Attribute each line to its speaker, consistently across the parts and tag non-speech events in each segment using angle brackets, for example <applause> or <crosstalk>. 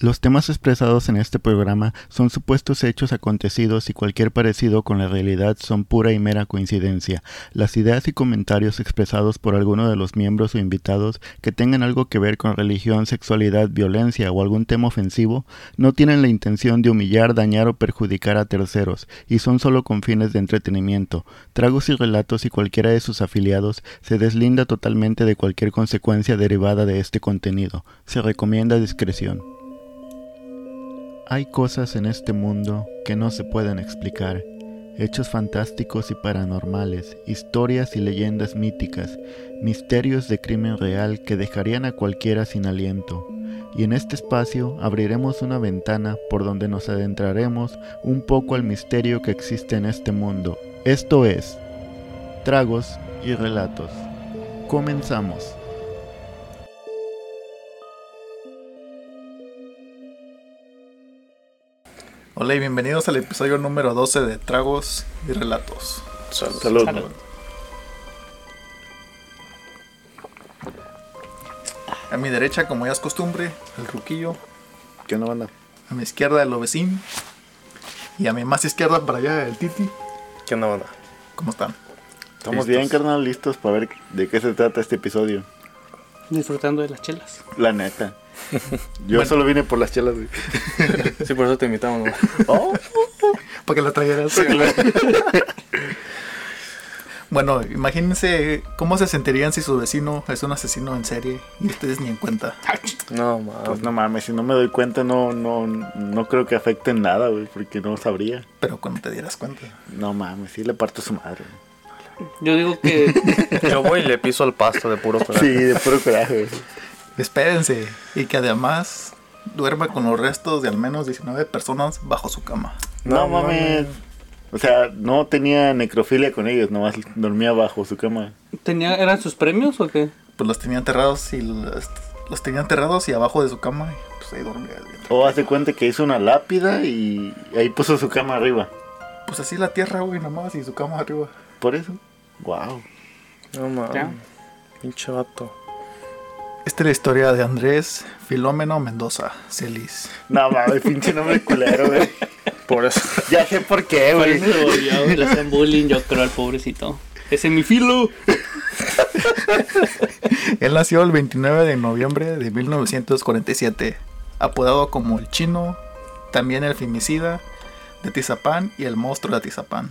Speaker 1: Los temas expresados en este programa son supuestos hechos acontecidos y cualquier parecido con la realidad son pura y mera coincidencia. Las ideas y comentarios expresados por alguno de los miembros o invitados que tengan algo que ver con religión, sexualidad, violencia o algún tema ofensivo no tienen la intención de humillar, dañar o perjudicar a terceros y son solo con fines de entretenimiento. Tragos y Relatos y cualquiera de sus afiliados se deslinda totalmente de cualquier consecuencia derivada de este contenido. Se recomienda discreción. Hay cosas en este mundo que no se pueden explicar, hechos fantásticos y paranormales, historias y leyendas míticas, misterios de crimen real que dejarían a cualquiera sin aliento. Y en este espacio abriremos una ventana por donde nos adentraremos un poco al misterio que existe en este mundo. Esto es Tragos y Relatos. Comenzamos.
Speaker 2: Hola y bienvenidos al episodio número 12 de Tragos y Relatos.
Speaker 3: Salud.
Speaker 4: Salud.
Speaker 2: A mi derecha, como ya es costumbre, el ruquillo.
Speaker 3: ¿Qué onda, banda?
Speaker 2: A mi izquierda, el ovecín. Y a mi más izquierda, para allá, el titi.
Speaker 4: ¿Qué onda, banda?
Speaker 2: ¿Cómo están?
Speaker 3: Estamos
Speaker 4: Listos.
Speaker 3: bien, carnal, listos para ver de qué se trata este episodio.
Speaker 4: Disfrutando de las chelas.
Speaker 3: La neta. Yo solo vine por las chelas, güey.
Speaker 4: <laughs> Sí, por eso te invitamos, ¿no?
Speaker 2: Para que la trajeras. bueno, imagínense cómo se sentirían si su vecino es un asesino en serie y ustedes ni en cuenta.
Speaker 4: <laughs> No,
Speaker 3: Pues <laughs>
Speaker 4: mames.
Speaker 3: no mames, si no me doy cuenta, no, no, no creo que afecte en nada, güey, porque no sabría.
Speaker 2: Pero cuando te dieras cuenta.
Speaker 3: No mames, sí le parto su madre. güey.
Speaker 4: Yo digo
Speaker 3: <laughs>
Speaker 4: que. Yo voy y le piso al pasto de puro coraje.
Speaker 3: Sí, de puro coraje, güey.
Speaker 2: Espérense. Y que además duerma con los restos de al menos 19 personas bajo su cama.
Speaker 3: No,
Speaker 4: No
Speaker 3: mames. O sea, no tenía necrofilia con ellos, nomás dormía bajo su cama.
Speaker 5: ¿Tenía, ¿Eran sus premios o qué?
Speaker 2: Pues los tenía enterrados y los, los tenía enterrados y abajo de su cama. y, pues ahí dormía.
Speaker 3: O hace cuenta que hizo una lápida y ahí puso su cama arriba.
Speaker 2: Pues así la tierra, güey, nomás y su cama arriba.
Speaker 3: Por eso. Wow.
Speaker 4: No,
Speaker 5: Ya.
Speaker 4: mames. Pinche vato.
Speaker 2: Esta es la historia de Andrés Filómeno Mendoza Celis.
Speaker 3: No mames, pinche nombre culero, güey.
Speaker 4: Por eso.
Speaker 3: <laughs> Ya sé por qué,
Speaker 5: Por
Speaker 3: Eh, güey.
Speaker 5: eso yo le hacen bullying, yo creo, al pobrecito. Ese es mi filo.
Speaker 2: Él nació el 29 de noviembre de 1947, apodado como el chino, también el femicida de Tizapán y el monstruo de Tizapán.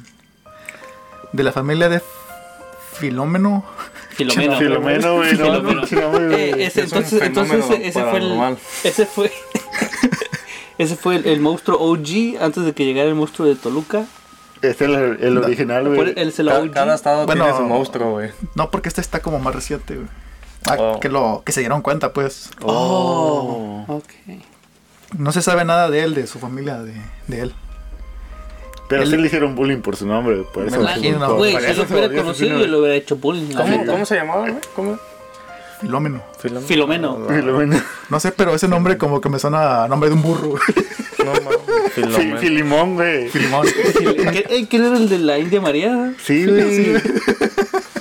Speaker 2: De la familia de F- Filómeno,
Speaker 5: Filomeno.
Speaker 3: Filomeno, güey. No,
Speaker 5: Filomeno.
Speaker 3: pinche nombre, güey.
Speaker 5: Eh, ese,
Speaker 4: Es un
Speaker 5: entonces, entonces
Speaker 4: fenómeno
Speaker 5: ese, ese fue el.
Speaker 4: paranormal.
Speaker 5: Ese fue. <laughs> ese fue el, el monstruo OG antes de que llegara el monstruo de Toluca.
Speaker 3: Este es el, el original,
Speaker 5: Por-
Speaker 3: güey.
Speaker 5: Él se
Speaker 4: <laughs>
Speaker 5: la
Speaker 4: Cada,
Speaker 5: OG.
Speaker 4: cada estado
Speaker 2: Bueno.
Speaker 4: tiene su monstruo, güey.
Speaker 2: no porque este está como más reciente, güey. Ah,
Speaker 4: Oh.
Speaker 2: que, lo, que se dieron cuenta, pues.
Speaker 5: Oh, ok.
Speaker 2: No se sabe nada de él, de su familia, de, de él.
Speaker 3: Pero
Speaker 2: el-
Speaker 3: sí le hicieron bullying por su nombre, güey, por eso.
Speaker 2: Me imagino,
Speaker 3: por-
Speaker 5: Güey,
Speaker 3: por
Speaker 5: si
Speaker 3: eso
Speaker 5: lo
Speaker 3: se
Speaker 5: hubiera
Speaker 3: volvió
Speaker 5: conocido, yo
Speaker 3: asesino.
Speaker 5: lo hubiera hecho bullying. la
Speaker 4: ¿Cómo,
Speaker 5: neta.
Speaker 4: ¿Cómo se llamaba, güey? ¿Cómo?
Speaker 2: Filómeno.
Speaker 4: Filomeno.
Speaker 3: <laughs>
Speaker 5: Filomeno.
Speaker 3: Filomeno.
Speaker 4: <laughs>
Speaker 2: No sé, pero ese nombre como que me suena a nombre de un burro. güey.
Speaker 4: No, mames.
Speaker 3: Fil-
Speaker 4: Filomeno.
Speaker 3: Filimón, güey.
Speaker 2: Filimón.
Speaker 5: ¿Qué- eh, ¿Quién era el de la India María?
Speaker 3: Sí, güey.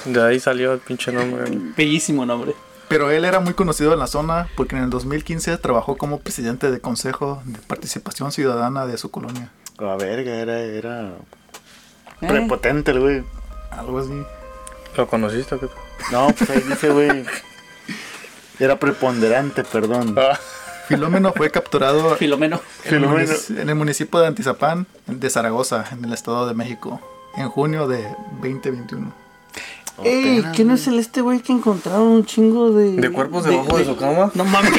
Speaker 4: De ahí salió el pinche nombre. güey.
Speaker 5: Bellísimo nombre.
Speaker 2: Pero él era muy conocido en la zona porque en el 2015 trabajó como presidente de Consejo de Participación Ciudadana de su colonia.
Speaker 3: A verga, era, era
Speaker 5: Eh,
Speaker 3: prepotente el güey.
Speaker 2: Algo así.
Speaker 4: ¿Lo conociste o qué?
Speaker 3: No, pues ahí dice, güey. Era preponderante, perdón.
Speaker 4: Ah,
Speaker 2: Filómeno fue capturado en
Speaker 5: Filomeno.
Speaker 2: el,
Speaker 3: Filomeno.
Speaker 2: munici- en el municipio de Antizapán de Zaragoza, en el Estado de México, en junio de 2021.
Speaker 4: Oh,
Speaker 5: Ey, ¿qué no es el este güey que encontraron un chingo de.
Speaker 4: ¿De cuerpos debajo de su cama?
Speaker 5: No <laughs> mames.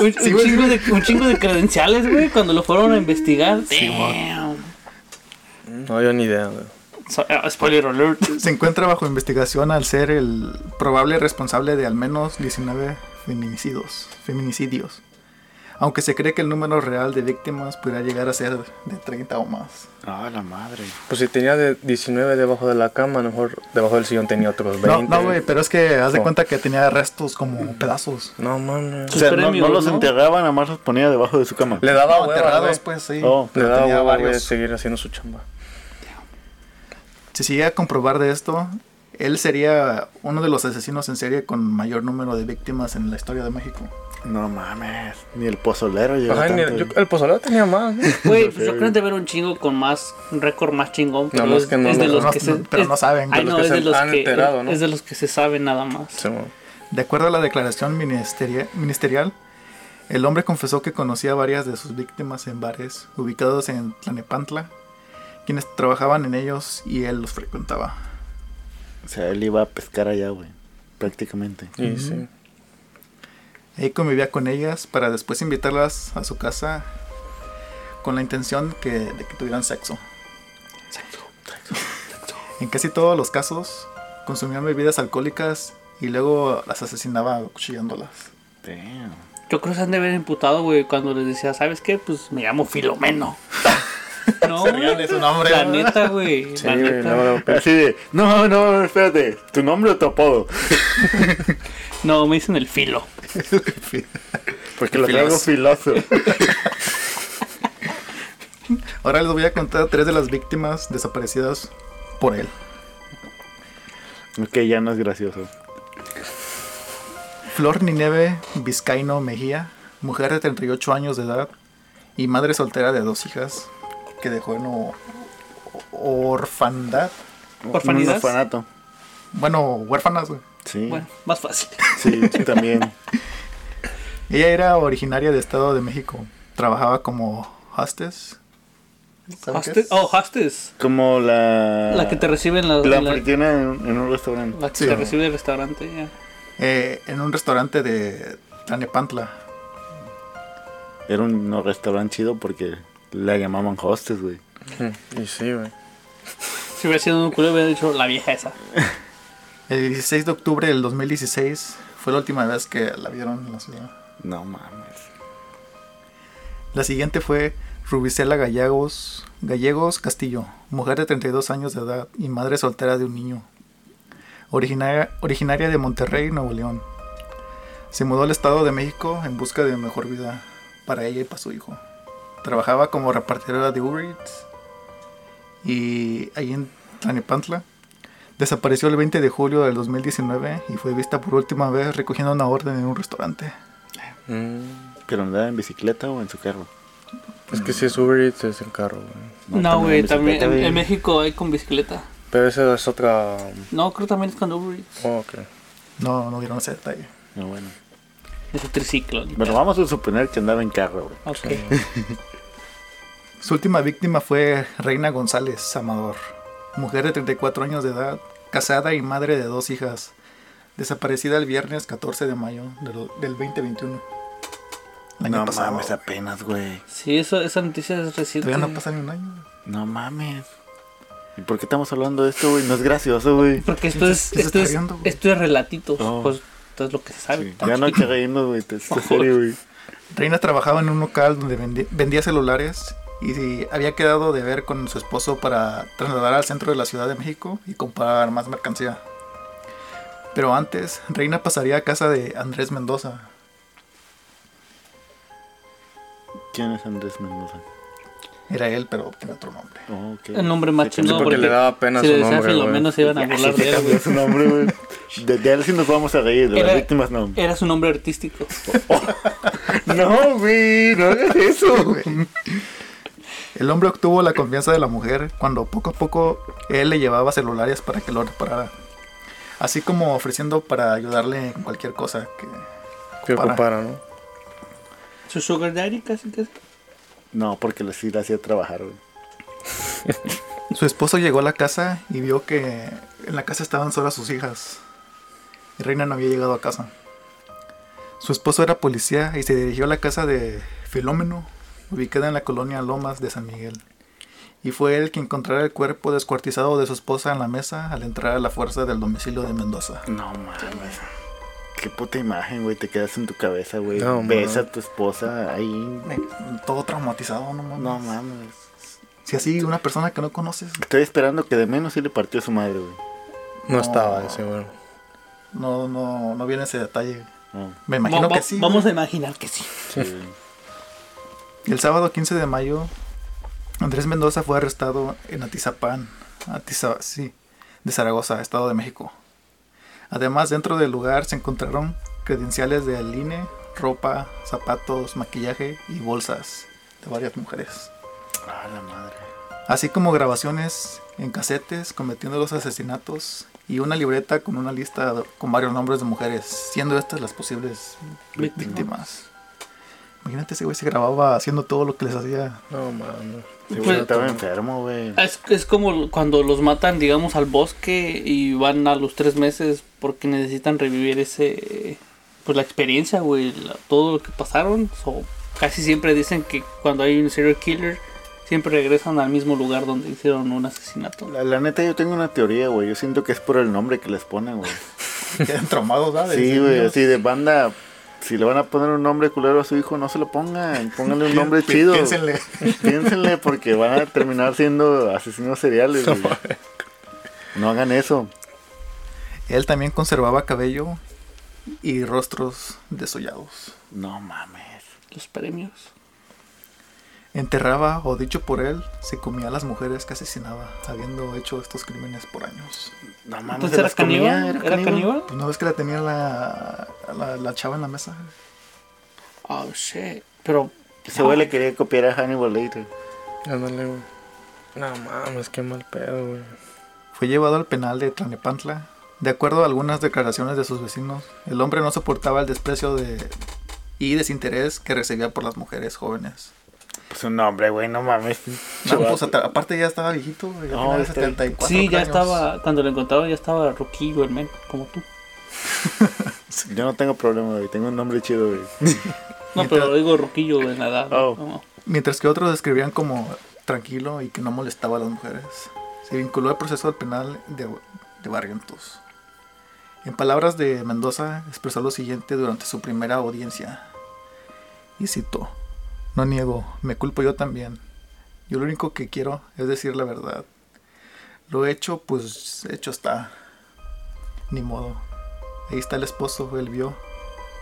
Speaker 5: un, un
Speaker 2: güey.
Speaker 5: chingo de, un chingo de credenciales, güey, cuando lo fueron a investigar. Damn.
Speaker 4: Mm, No, yo ni idea, güey.
Speaker 5: So- ah, spoiler <laughs> alert.
Speaker 2: Se encuentra bajo investigación al ser el probable responsable de al menos 19 feminicidios. feminicidios. Aunque se cree que el número real de víctimas podría llegar a ser de 30 o más.
Speaker 3: Ah, la madre.
Speaker 4: Pues si tenía de 19 debajo de la cama, a lo mejor debajo del sillón tenía otros 20.
Speaker 2: No, no, güey, pero es que haz de
Speaker 4: Oh.
Speaker 2: cuenta que tenía restos como pedazos.
Speaker 4: No, mames.
Speaker 3: O sea, no,
Speaker 5: premios,
Speaker 3: no los
Speaker 5: ¿no?
Speaker 3: enterraban, nada más los ponía debajo de su cama.
Speaker 4: Le daba
Speaker 2: No,
Speaker 4: hueva,
Speaker 2: enterrados,
Speaker 4: güey.
Speaker 2: pues, sí.
Speaker 3: Oh,
Speaker 4: Le
Speaker 2: Pero
Speaker 4: daba
Speaker 2: tenía
Speaker 4: hueva, güey,
Speaker 2: varios.
Speaker 4: seguir haciendo su chamba.
Speaker 2: Si sigue a comprobar de esto, él sería uno de los asesinos en serie con mayor número de víctimas en la historia de México.
Speaker 3: No mames, ni el pozolero llegó
Speaker 4: Ajá, ni
Speaker 3: tanto.
Speaker 4: el, yo- el pozolero tenía más. ¿no?
Speaker 5: Güey, pues yo creo que ver un chingo con más, un récord más chingón. Pero
Speaker 4: más
Speaker 5: es,
Speaker 4: que no
Speaker 5: es de
Speaker 4: lo-
Speaker 5: los
Speaker 2: no-
Speaker 5: que se.
Speaker 2: no- pero
Speaker 5: es-
Speaker 2: no saben, de
Speaker 5: Ay,
Speaker 4: los
Speaker 5: no,
Speaker 4: que
Speaker 5: es
Speaker 4: se
Speaker 5: de los
Speaker 4: han
Speaker 5: que.
Speaker 4: enterado, ¿no?
Speaker 5: Es de los que se saben nada más.
Speaker 4: Sí, mo.
Speaker 2: De acuerdo a la declaración ministeria- ministerial, el hombre confesó que conocía a varias de sus víctimas en bares ubicados en Tlanepantla, quienes trabajaban en ellos y él los frecuentaba.
Speaker 3: O sea, él iba a pescar allá, güey. Prácticamente.
Speaker 4: Y sí.
Speaker 2: Ahí convivía con ellas para después invitarlas a su casa con la intención que, de que tuvieran sexo. En casi todos los casos, consumían bebidas alcohólicas y luego las asesinaba acuchillándolas.
Speaker 3: Damn.
Speaker 5: Yo creo que se han de haber imputado, güey, cuando les decía, ¿sabes qué? Pues me
Speaker 4: <laughs>
Speaker 5: llamo Filomeno. no,
Speaker 2: Díganle su nombre.
Speaker 5: la
Speaker 2: ¿no?
Speaker 5: neta, güey.
Speaker 4: Sí,
Speaker 5: la
Speaker 4: güey,
Speaker 5: neta.
Speaker 4: luego-
Speaker 3: Así de, no, no, espérate, ¿tu nombre o tu apodo?
Speaker 5: No, me dicen el filo.
Speaker 3: Porque Pues lo traigo
Speaker 2: Filoso.
Speaker 3: filoso.
Speaker 2: Ahora les voy a contar tres de las víctimas desaparecidas por él.
Speaker 3: <laughs> ok, ya no es gracioso.
Speaker 2: Flor Nineve Vizcaino Mejía, mujer de 38 años de edad y madre soltera de dos hijas que dejó en o- orfandad.
Speaker 5: ¿Orfanidad?
Speaker 3: Un orfanato.
Speaker 2: Bueno, huérfanas. güey.
Speaker 3: Sí,
Speaker 5: Bueno, más fácil.
Speaker 3: sí, también.
Speaker 2: Ella era originaria de Estado de México. Trabajaba como hostess. ¿Sabes qué
Speaker 5: Hostes.
Speaker 2: es?
Speaker 5: Oh, hostes.
Speaker 3: Como la...
Speaker 5: La que te recibe en la.
Speaker 3: La
Speaker 5: en la-
Speaker 3: anfitriona en, en un restaurante.
Speaker 5: la que
Speaker 2: Sí.
Speaker 5: te recibe del restaurante, ya.
Speaker 2: Eh, en un restaurante de Tlanepantla.
Speaker 3: Era un no, restaurante chido porque la llamaban hostes, güey.
Speaker 4: Y sí, güey.
Speaker 5: Si hubiera sido un culo, hubiera dicho la vieja esa.
Speaker 2: El 16 de octubre del 2016 fue la última vez que la vieron en la ciudad.
Speaker 3: No mames.
Speaker 2: La siguiente fue Rubicela Gallegos, Gallegos Castillo, mujer de 32 años de edad y madre soltera de un niño. Originaria, originaria de Monterrey, Nuevo León. Se mudó al Estado de México en busca de mejor vida para ella y para su hijo. Trabajaba como repartidora de Uber Eats y ahí en Tlanepantla. Desapareció el 20 de julio del 2019 y fue vista por última vez recogiendo una orden en un restaurante.
Speaker 4: Mm.
Speaker 3: ¿Pero andaba en bicicleta o en su carro?
Speaker 4: Es que si es Uber Eats es el carro, güey.
Speaker 5: No, güey, también.
Speaker 3: bicicleta,
Speaker 5: En,
Speaker 3: güey.
Speaker 5: en México hay con bicicleta.
Speaker 4: Pero esa es otra...
Speaker 5: No, creo también es con Uber Eats.
Speaker 4: Oh, ok.
Speaker 2: No, no dieron ese detalle.
Speaker 3: No, bueno.
Speaker 5: Es un triciclo. ni
Speaker 3: Pero
Speaker 5: pedo.
Speaker 3: vamos a suponer que andaba en carro, güey.
Speaker 5: Ok.
Speaker 2: Su última víctima fue Reina González Amador, mujer de 34 años de edad, casada y madre de dos hijas, desaparecida el viernes 14 de mayo del, del 2021. El año
Speaker 3: No
Speaker 2: pasado.
Speaker 3: mames, apenas, güey.
Speaker 5: Sí, eso, esa noticia es reciente.
Speaker 2: Todavía no pasa ni un año.
Speaker 3: No mames. ¿Y por qué estamos hablando de esto, güey? No es gracioso, güey.
Speaker 5: Porque esto es,
Speaker 2: ¿Quién se- quién se
Speaker 5: esto
Speaker 2: está
Speaker 5: es,
Speaker 2: riendo, güey?
Speaker 5: esto es relatitos.
Speaker 3: Oh.
Speaker 5: Pues esto es lo que se sabe.
Speaker 3: Sí, Ya no hay que reírnos, güey. te- Esta serie, güey.
Speaker 2: Reina trabajaba en un local donde vendi- vendía celulares y si- había quedado de ver con su esposo para trasladar al centro de la Ciudad de México y comprar más mercancía. Pero antes, Reina pasaría a casa de Andrés Mendoza,
Speaker 3: ¿Quién es Andrés Mendoza?
Speaker 2: Era él, pero tiene otro nombre.
Speaker 3: Oh, ok.
Speaker 5: El nombre más
Speaker 3: Sí,
Speaker 5: chingón.
Speaker 4: porque le daba pena
Speaker 5: si
Speaker 4: su
Speaker 5: le decía
Speaker 4: nombre, güey.
Speaker 5: Filomeno se iban a
Speaker 3: <laughs> Sí,
Speaker 5: burlar
Speaker 3: se
Speaker 5: de él,
Speaker 3: cambió
Speaker 5: güey.
Speaker 3: su nombre, güey. De, de él sí nos vamos a reír, de las
Speaker 5: Era-
Speaker 3: víctimas no.
Speaker 5: Era su nombre artístico.
Speaker 3: No, güey, no hagas eso, güey.
Speaker 2: El hombre obtuvo la confianza de la mujer cuando poco a poco él le llevaba celulares para que lo reparara. Así como ofreciendo para ayudarle en cualquier cosa que...
Speaker 4: Que
Speaker 2: Para.
Speaker 4: ocupara, ¿no?
Speaker 5: Su sugar daddy casi casi.
Speaker 3: No, porque sí la hacía trabajar, güey.
Speaker 2: Su esposo llegó a la casa y vio que en la casa estaban solas sus hijas. Y Reina no había llegado a casa. Su esposo era policía y se dirigió a la casa de Filómeno, ubicada en la colonia Lomas de San Miguel. Y fue él quien encontrara el cuerpo descuartizado de su esposa en la mesa al entrar a la fuerza del domicilio de Mendoza.
Speaker 3: No mames. Qué puta imagen, güey. Te quedas en tu cabeza, güey.
Speaker 4: No,
Speaker 3: Ves
Speaker 4: mames.
Speaker 3: a tu esposa ahí.
Speaker 2: Me- Todo traumatizado, no mames.
Speaker 3: No mames.
Speaker 2: Si así, una persona que no conoces,
Speaker 3: Estoy esperando que de menos sí le partió su madre, güey.
Speaker 4: No estaba
Speaker 2: No.
Speaker 4: ese, güey.
Speaker 2: no, no, no viene ese detalle.
Speaker 3: No,
Speaker 2: Me imagino
Speaker 5: Va- va-
Speaker 2: que sí.
Speaker 5: Vamos a imaginar que sí.
Speaker 3: sí, güey.
Speaker 2: El sábado 15 de mayo, Andrés Mendoza fue arrestado en Atizapán, Atiza- sí, de Zaragoza, Estado de México. Además, dentro del lugar se encontraron credenciales del INE, ropa, zapatos, maquillaje y bolsas de varias mujeres.
Speaker 3: Ah, la madre.
Speaker 2: Así como grabaciones en casetes cometiendo los asesinatos y una libreta con una lista con varios nombres de mujeres, siendo estas las posibles vi-
Speaker 5: Víctimas.
Speaker 2: víctimas. Imagínate ese güey se grababa haciendo todo lo que les hacía.
Speaker 4: No, mano.
Speaker 3: Seguro
Speaker 5: Pues-
Speaker 3: estaba enfermo, güey.
Speaker 5: Es, es como cuando los matan, digamos, al bosque y van a los tres meses porque necesitan revivir ese. Pues la experiencia, güey, la- todo lo que pasaron. So, casi siempre dicen que cuando hay un serial killer, siempre regresan al mismo lugar donde hicieron un asesinato.
Speaker 3: La, la neta, yo tengo una teoría, güey. Yo siento que es por el nombre que les ponen, güey.
Speaker 2: <laughs> Quedan traumados, ¿sabes?
Speaker 3: Sí, güey, así de banda. Si le van a poner un nombre culero a su hijo, no se lo pongan. Pónganle un <laughs> nombre chido.
Speaker 2: Piénsenle.
Speaker 3: Piénsenle porque van a terminar siendo asesinos seriales, güey. No hagan eso.
Speaker 2: Él también conservaba cabello y rostros desollados.
Speaker 3: No mames.
Speaker 5: Los premios.
Speaker 2: Enterraba, o dicho por él, se comía a las mujeres que asesinaba, habiendo hecho estos crímenes por años.
Speaker 3: No
Speaker 2: Ah,
Speaker 3: mames.
Speaker 5: Entonces
Speaker 3: se
Speaker 5: era
Speaker 3: las comía,
Speaker 5: caníbal. Era caníbal.
Speaker 2: Pues no ves que la tenía la, la, la chava en la mesa.
Speaker 5: Oh shit. Pero.
Speaker 3: Ese güey le quería copiar a Hannibal Later.
Speaker 4: Ándale, güey. No mames, qué mal pedo, güey.
Speaker 2: Fue llevado al penal de Tlanepantla. De acuerdo a algunas declaraciones de sus vecinos, el hombre no soportaba el desprecio de, y desinterés que recibía por las mujeres jóvenes.
Speaker 3: Pues un nombre, güey, no mames.
Speaker 2: No, pues, atra- aparte ya estaba viejito, güey, ya
Speaker 3: No,
Speaker 2: tenía
Speaker 3: este-
Speaker 2: 74
Speaker 5: Sí, ya
Speaker 2: años.
Speaker 5: estaba. Cuando lo encontraron, ya estaba roquillo el men, como tú.
Speaker 3: pues, Yo no tengo problema, güey. Tengo un nombre chido, güey.
Speaker 5: No, pero lo digo roquillo en la edad.
Speaker 3: Oh.
Speaker 5: ¿no?
Speaker 2: Mientras que otros describían como tranquilo y que no molestaba a las mujeres. Se vinculó al proceso del penal de, de Barrientos. En palabras de Mendoza, expresó lo siguiente durante su primera audiencia. Y citó, no niego, me culpo yo también. Yo lo único que quiero es decir la verdad. Lo hecho, pues hecho está. Ni modo. Ahí está el esposo, él vio.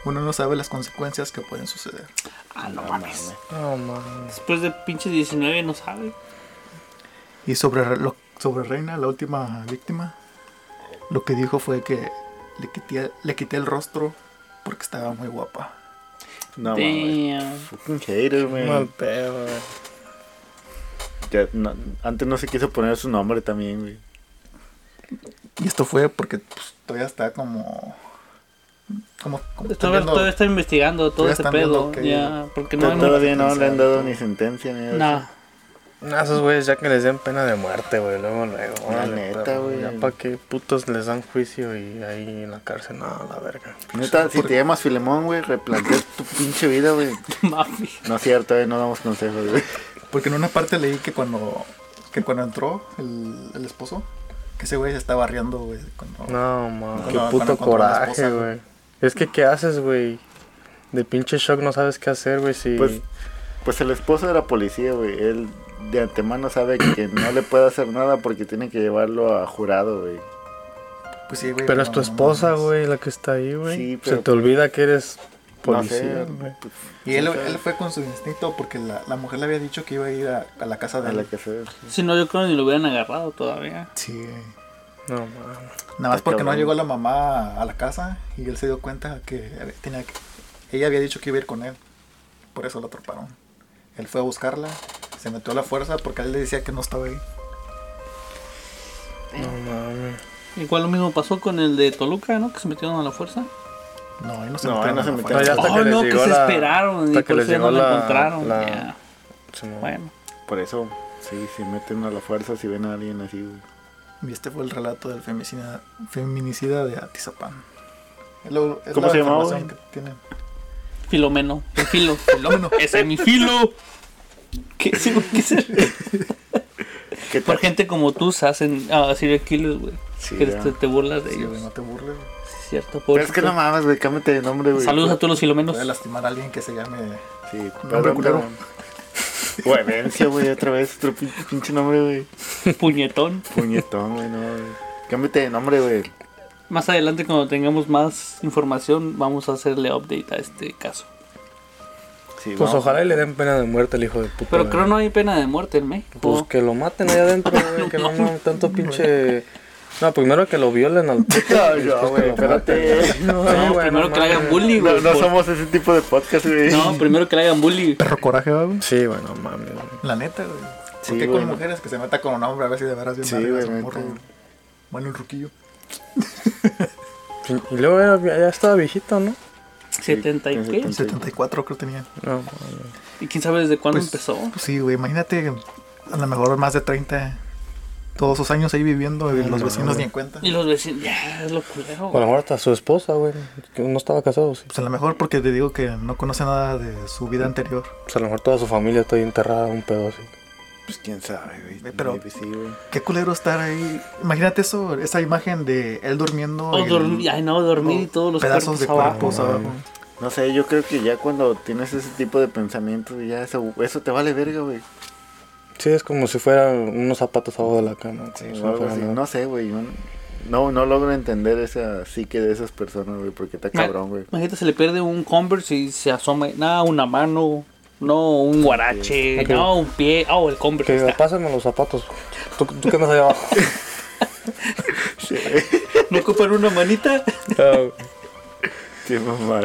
Speaker 2: Uno no sabe las consecuencias que pueden suceder.
Speaker 5: Ah, no mames.
Speaker 4: No mames.
Speaker 5: Después de pinche 19, no sabe.
Speaker 2: Y sobre, lo- sobre Reina, la última víctima, lo que dijo fue que le quité, le quité el rostro porque estaba muy guapa.
Speaker 3: No mames.
Speaker 5: Damn.
Speaker 3: Fucking hater,
Speaker 4: Qué mal
Speaker 3: güey.
Speaker 4: pedo, güey.
Speaker 3: Ya, no- antes no se quiso poner su nombre también, güey.
Speaker 2: Y esto fue porque pues, todavía está como... como, como está
Speaker 5: Todavía,
Speaker 2: viendo-
Speaker 5: todavía está investigando todo
Speaker 2: todavía
Speaker 5: ese
Speaker 2: están viendo
Speaker 5: pedo.
Speaker 2: que-
Speaker 5: Ya, porque no
Speaker 3: Pero
Speaker 5: hay
Speaker 3: todavía no le han dado
Speaker 2: sentencia,
Speaker 3: ni sentencia ni
Speaker 5: Nah.
Speaker 3: nada.
Speaker 5: <laughs>
Speaker 4: No, esos güeyes ya que les den pena de muerte, güey, luego, luego.
Speaker 3: La
Speaker 4: órale,
Speaker 3: neta,
Speaker 4: perro,
Speaker 3: güey.
Speaker 4: Ya para que putos les dan juicio y ahí en la cárcel, no, la verga.
Speaker 3: Neta, si te llamas Filemón, güey, replantea tu pinche vida, güey.
Speaker 5: Mafi.
Speaker 3: No es cierto, eh, no damos consejos, güey.
Speaker 2: Porque en una parte leí que cuando, que cuando entró el, el esposo, que ese güey se estaba riendo, güey. cuando-
Speaker 4: No, mames.
Speaker 2: Con
Speaker 4: Qué
Speaker 2: la- con la-
Speaker 4: puto
Speaker 2: con la esposa,
Speaker 4: coraje,
Speaker 2: güey.
Speaker 4: güey. Es que, ¿qué haces, güey? De pinche shock no sabes qué hacer, güey, si...
Speaker 3: Pues, pues el esposo de la policía, güey, él de antemano sabe que no le puede hacer nada porque tiene que llevarlo a jurado, güey.
Speaker 2: Pues sí, güey,
Speaker 4: pero es
Speaker 2: no,
Speaker 4: tu
Speaker 2: no
Speaker 4: esposa,
Speaker 2: mames.
Speaker 4: güey, la que está ahí, güey.
Speaker 3: Sí,
Speaker 4: Se
Speaker 3: pero-
Speaker 4: te olvida que eres
Speaker 3: No sé,
Speaker 4: policía, güey.
Speaker 3: pues,
Speaker 2: Y él, él fue con su instinto porque la, la mujer le había dicho que iba a ir a, a la casa de
Speaker 3: a
Speaker 2: él.
Speaker 3: la que se-
Speaker 5: Si no, yo creo ni lo hubieran agarrado todavía.
Speaker 2: Sí, güey.
Speaker 4: No, mames.
Speaker 2: Nada más
Speaker 3: Está
Speaker 2: porque no
Speaker 3: cabrón.
Speaker 2: llegó la mamá a la casa y él se dio cuenta que tenía que- ella había dicho que iba a ir con él. Por eso la atraparon. Él fue a buscarla, se metió a la fuerza porque él le decía que no estaba ahí.
Speaker 4: No mames.
Speaker 5: Igual lo mismo pasó con el de Toluca, ¿no? Que se metieron a la fuerza.
Speaker 2: No, él no se
Speaker 3: No,
Speaker 2: metió.
Speaker 3: él no
Speaker 2: a
Speaker 3: se
Speaker 2: la
Speaker 3: metió.
Speaker 4: No,
Speaker 2: fuerza.
Speaker 4: ya hasta
Speaker 5: oh,
Speaker 4: que les
Speaker 5: no, que
Speaker 4: llegó
Speaker 5: se
Speaker 4: la-
Speaker 5: esperaron. Y
Speaker 4: hasta que
Speaker 5: por
Speaker 4: les
Speaker 5: eso ya no
Speaker 4: llegó
Speaker 5: la,
Speaker 4: la-
Speaker 5: encontraron.
Speaker 4: la-
Speaker 5: ya.
Speaker 4: Se me-
Speaker 5: Bueno.
Speaker 3: Por eso, sí, se meten a la fuerza si ven a alguien así, güey.
Speaker 2: Y este fue el relato del feminicida, feminicida de Atizapán. Es lo- es
Speaker 3: ¿Cómo
Speaker 2: la
Speaker 3: se llamaba,
Speaker 2: información
Speaker 3: güey?
Speaker 2: que tienen.
Speaker 5: Filomeno. El filo. Filomeno. Ese es mi filo. <laughs> ¿Qué, sí, güey, qué se-
Speaker 3: ¿Qué
Speaker 5: Por
Speaker 3: tal?
Speaker 5: gente como tú se hacen ah, serial killers, güey.
Speaker 3: Sí,
Speaker 5: que
Speaker 3: ya.
Speaker 5: te, te burlas de
Speaker 2: Sí,
Speaker 5: ellos.
Speaker 2: güey, no te burles. güey.
Speaker 5: Sí, es cierto.
Speaker 3: Pero es que
Speaker 5: pobrecito.
Speaker 3: no mames, güey, cámbiate de nombre, güey.
Speaker 5: Saludos a todos los filomenos.
Speaker 2: Puede lastimar a alguien que se llame.
Speaker 3: Sí,
Speaker 2: Nombre
Speaker 3: perdón,
Speaker 2: culero.
Speaker 3: cabrón. Huevencia, güey, otra vez, otro pin- pinche nombre, güey.
Speaker 5: <laughs> Puñetón.
Speaker 3: Puñetón, güey, no, güey. Cámbiate de nombre, güey.
Speaker 5: Más adelante, cuando tengamos más información, vamos a hacerle update a este caso.
Speaker 3: Sí,
Speaker 4: Pues
Speaker 3: vamos.
Speaker 4: ojalá y le den pena de muerte al hijo de puta.
Speaker 5: Pero
Speaker 4: güey.
Speaker 3: Pues
Speaker 5: creo no hay pena de muerte en México. <laughs>
Speaker 4: Pues que lo maten allá adentro, güey, que no mames, tanto pinche No, primero que lo violen al puto.
Speaker 3: No, no, güey, espérate.
Speaker 4: <laughs> No,
Speaker 5: No,
Speaker 4: güey,
Speaker 5: primero
Speaker 4: no
Speaker 5: que le hagan
Speaker 4: mames.
Speaker 5: bullying,
Speaker 3: No,
Speaker 5: güey.
Speaker 3: no
Speaker 5: por-
Speaker 3: somos Pues, ese tipo de podcast, güey. Pues,
Speaker 5: No, primero que le hagan bullying.
Speaker 2: Perro coraje, va, güey.
Speaker 4: Sí, bueno, mami. güey.
Speaker 2: La neta, güey.
Speaker 3: Sí,
Speaker 2: ¿Por qué
Speaker 3: güey.
Speaker 2: con mujeres que se meta con un hombre a ver si de veras bien
Speaker 3: Sí,
Speaker 2: arriba
Speaker 3: güey,
Speaker 2: es un
Speaker 3: neta.
Speaker 2: morro, güey? Bueno, un ruquillo.
Speaker 4: Y luego era- ya estaba viejito, ¿no?
Speaker 5: 70 y qué.
Speaker 3: Sí.
Speaker 2: 74 creo que tenía.
Speaker 4: No, mami.
Speaker 5: ¿Y quién sabe desde cuándo
Speaker 2: Pues-
Speaker 5: empezó?
Speaker 2: Pues sí, güey, imagínate a lo mejor más de 30, todos sus años ahí viviendo y los vecinos ni en cuenta.
Speaker 5: Y los vecinos, ya, es lo culero.
Speaker 4: O a lo mejor hasta su esposa, güey. Que no estaba casado, sí.
Speaker 2: Pues a lo mejor porque te digo que no conoce nada de su vida anterior.
Speaker 4: Pues a lo mejor toda su familia está ahí enterrada en un pedo así.
Speaker 3: Pues quién sabe, güey.
Speaker 2: Pero-
Speaker 3: Maybe sí, güey.
Speaker 2: Qué culero estar ahí. Imagínate eso, esa imagen de él durmiendo.
Speaker 5: O
Speaker 2: y el-
Speaker 5: dormir, ay no, dormir y todos los
Speaker 2: pedazos
Speaker 5: cuerpos
Speaker 2: de
Speaker 5: abajo.
Speaker 2: cuerpos abajo.
Speaker 3: No sé, yo creo que ya cuando tienes ese tipo de pensamientos, güey, ya eso, eso te vale verga, güey.
Speaker 4: Sí, es como si fueran unos zapatos abajo de la cama.
Speaker 3: Sí,
Speaker 4: como si
Speaker 3: o
Speaker 4: no
Speaker 3: algo
Speaker 4: fuera
Speaker 3: así.
Speaker 4: nada.
Speaker 3: No sé, güey. yo No, no logro entender esa psique de esas personas, güey, porque está
Speaker 5: Ma-
Speaker 3: cabrón, güey.
Speaker 5: Imagínate, se le pierde un Converse y se asoma. Nada, una mano. No, un guarache.
Speaker 4: Ok.
Speaker 5: No, un pie. Oh, el Converse.
Speaker 4: Que
Speaker 5: ahí
Speaker 4: diga,
Speaker 5: está.
Speaker 4: pásame los zapatos. ¿Tú, tú qué andas allá abajo? <laughs>
Speaker 5: No ocupan una manita.
Speaker 4: Ah,
Speaker 3: Sí, mamá.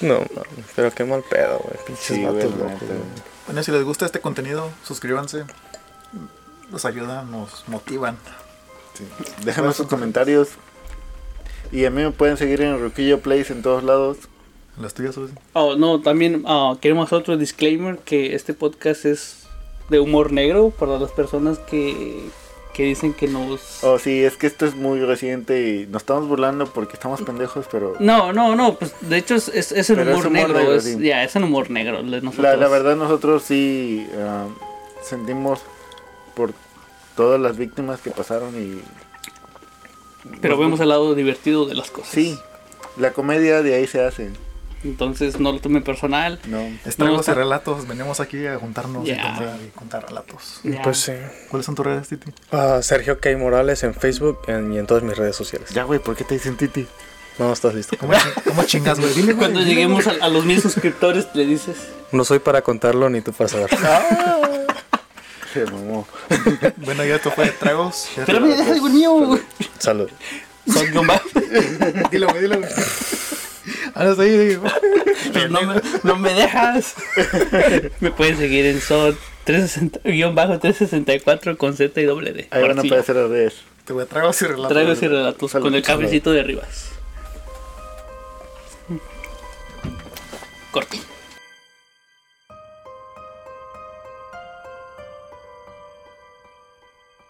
Speaker 4: no, mami, pero qué mal pedo, güey. Pinches
Speaker 3: Sí, güey,
Speaker 4: vatos
Speaker 3: la
Speaker 4: locos,
Speaker 3: neta,
Speaker 4: güey.
Speaker 2: Bueno, si les gusta este contenido, suscríbanse. Nos ayudan, nos motivan.
Speaker 3: Sí. Déjanos sus comentarios. Y a mí me pueden seguir en Ruquillo Place en todos lados.
Speaker 2: Las tuyas, Susi.
Speaker 5: Oh, no, también ah, queremos hacer otro disclaimer que este podcast es de humor negro para las personas que, que dicen que nos...
Speaker 3: Oh, sí, es que esto es muy reciente y nos estamos burlando porque estamos pendejos, pero
Speaker 5: No, no, no, pues de hecho es, es, es el
Speaker 3: Pero es
Speaker 5: humor,
Speaker 3: humor
Speaker 5: negro,
Speaker 3: negro,
Speaker 5: es-
Speaker 3: sí.
Speaker 5: ya, es el humor negro. le-
Speaker 3: la,
Speaker 5: nosotros-
Speaker 3: la verdad nosotros sí ah, sentimos por todas las víctimas que pasaron y
Speaker 5: Pero vemos el lado divertido de las cosas.
Speaker 3: sí, la comedia de ahí se hace,
Speaker 5: Entonces no lo tomen personal.
Speaker 3: ¿no?
Speaker 2: Estragos
Speaker 5: No,
Speaker 2: y
Speaker 5: no.
Speaker 2: relatos. Venimos aquí a juntarnos y
Speaker 5: Ya.
Speaker 2: contar- y contar relatos.
Speaker 5: Ya.
Speaker 4: Pues sí.
Speaker 2: ¿Cuáles son tus redes, Titi?
Speaker 4: Ah, Sergio K. Morales en Facebook en- y en todas mis redes sociales.
Speaker 3: Ya, güey, ¿por qué te dicen Titi?
Speaker 4: No, estás listo.
Speaker 2: ¿Cómo, chi- cómo chingas, güey? Dile, güey,
Speaker 5: Cuando
Speaker 2: dile,
Speaker 5: lleguemos a, a los mil suscriptores le dices...
Speaker 4: No soy para contarlo ni tú
Speaker 3: <laughs>
Speaker 4: para saber.
Speaker 3: Se mamó.
Speaker 2: güey. Bueno, ya esto fue de tragos. Ya
Speaker 5: Pero mira, es
Speaker 3: pues,
Speaker 5: algo mío.
Speaker 4: Salud.
Speaker 5: Son nomás.
Speaker 2: <laughs> Dilo, güey, dilo, güey. Ahora sí, digo.
Speaker 5: Pues, No me, no me dejas. me pueden seguir en son 360-364 con Z y doble D.
Speaker 3: Ahí
Speaker 5: Ahora
Speaker 3: van a
Speaker 5: sí,
Speaker 3: aparecer las redes.
Speaker 2: Te voy a tragos y relatos.
Speaker 5: Traigo ese relato
Speaker 3: Salud,
Speaker 5: con el
Speaker 3: salud.
Speaker 5: cafecito de arriba. Corto.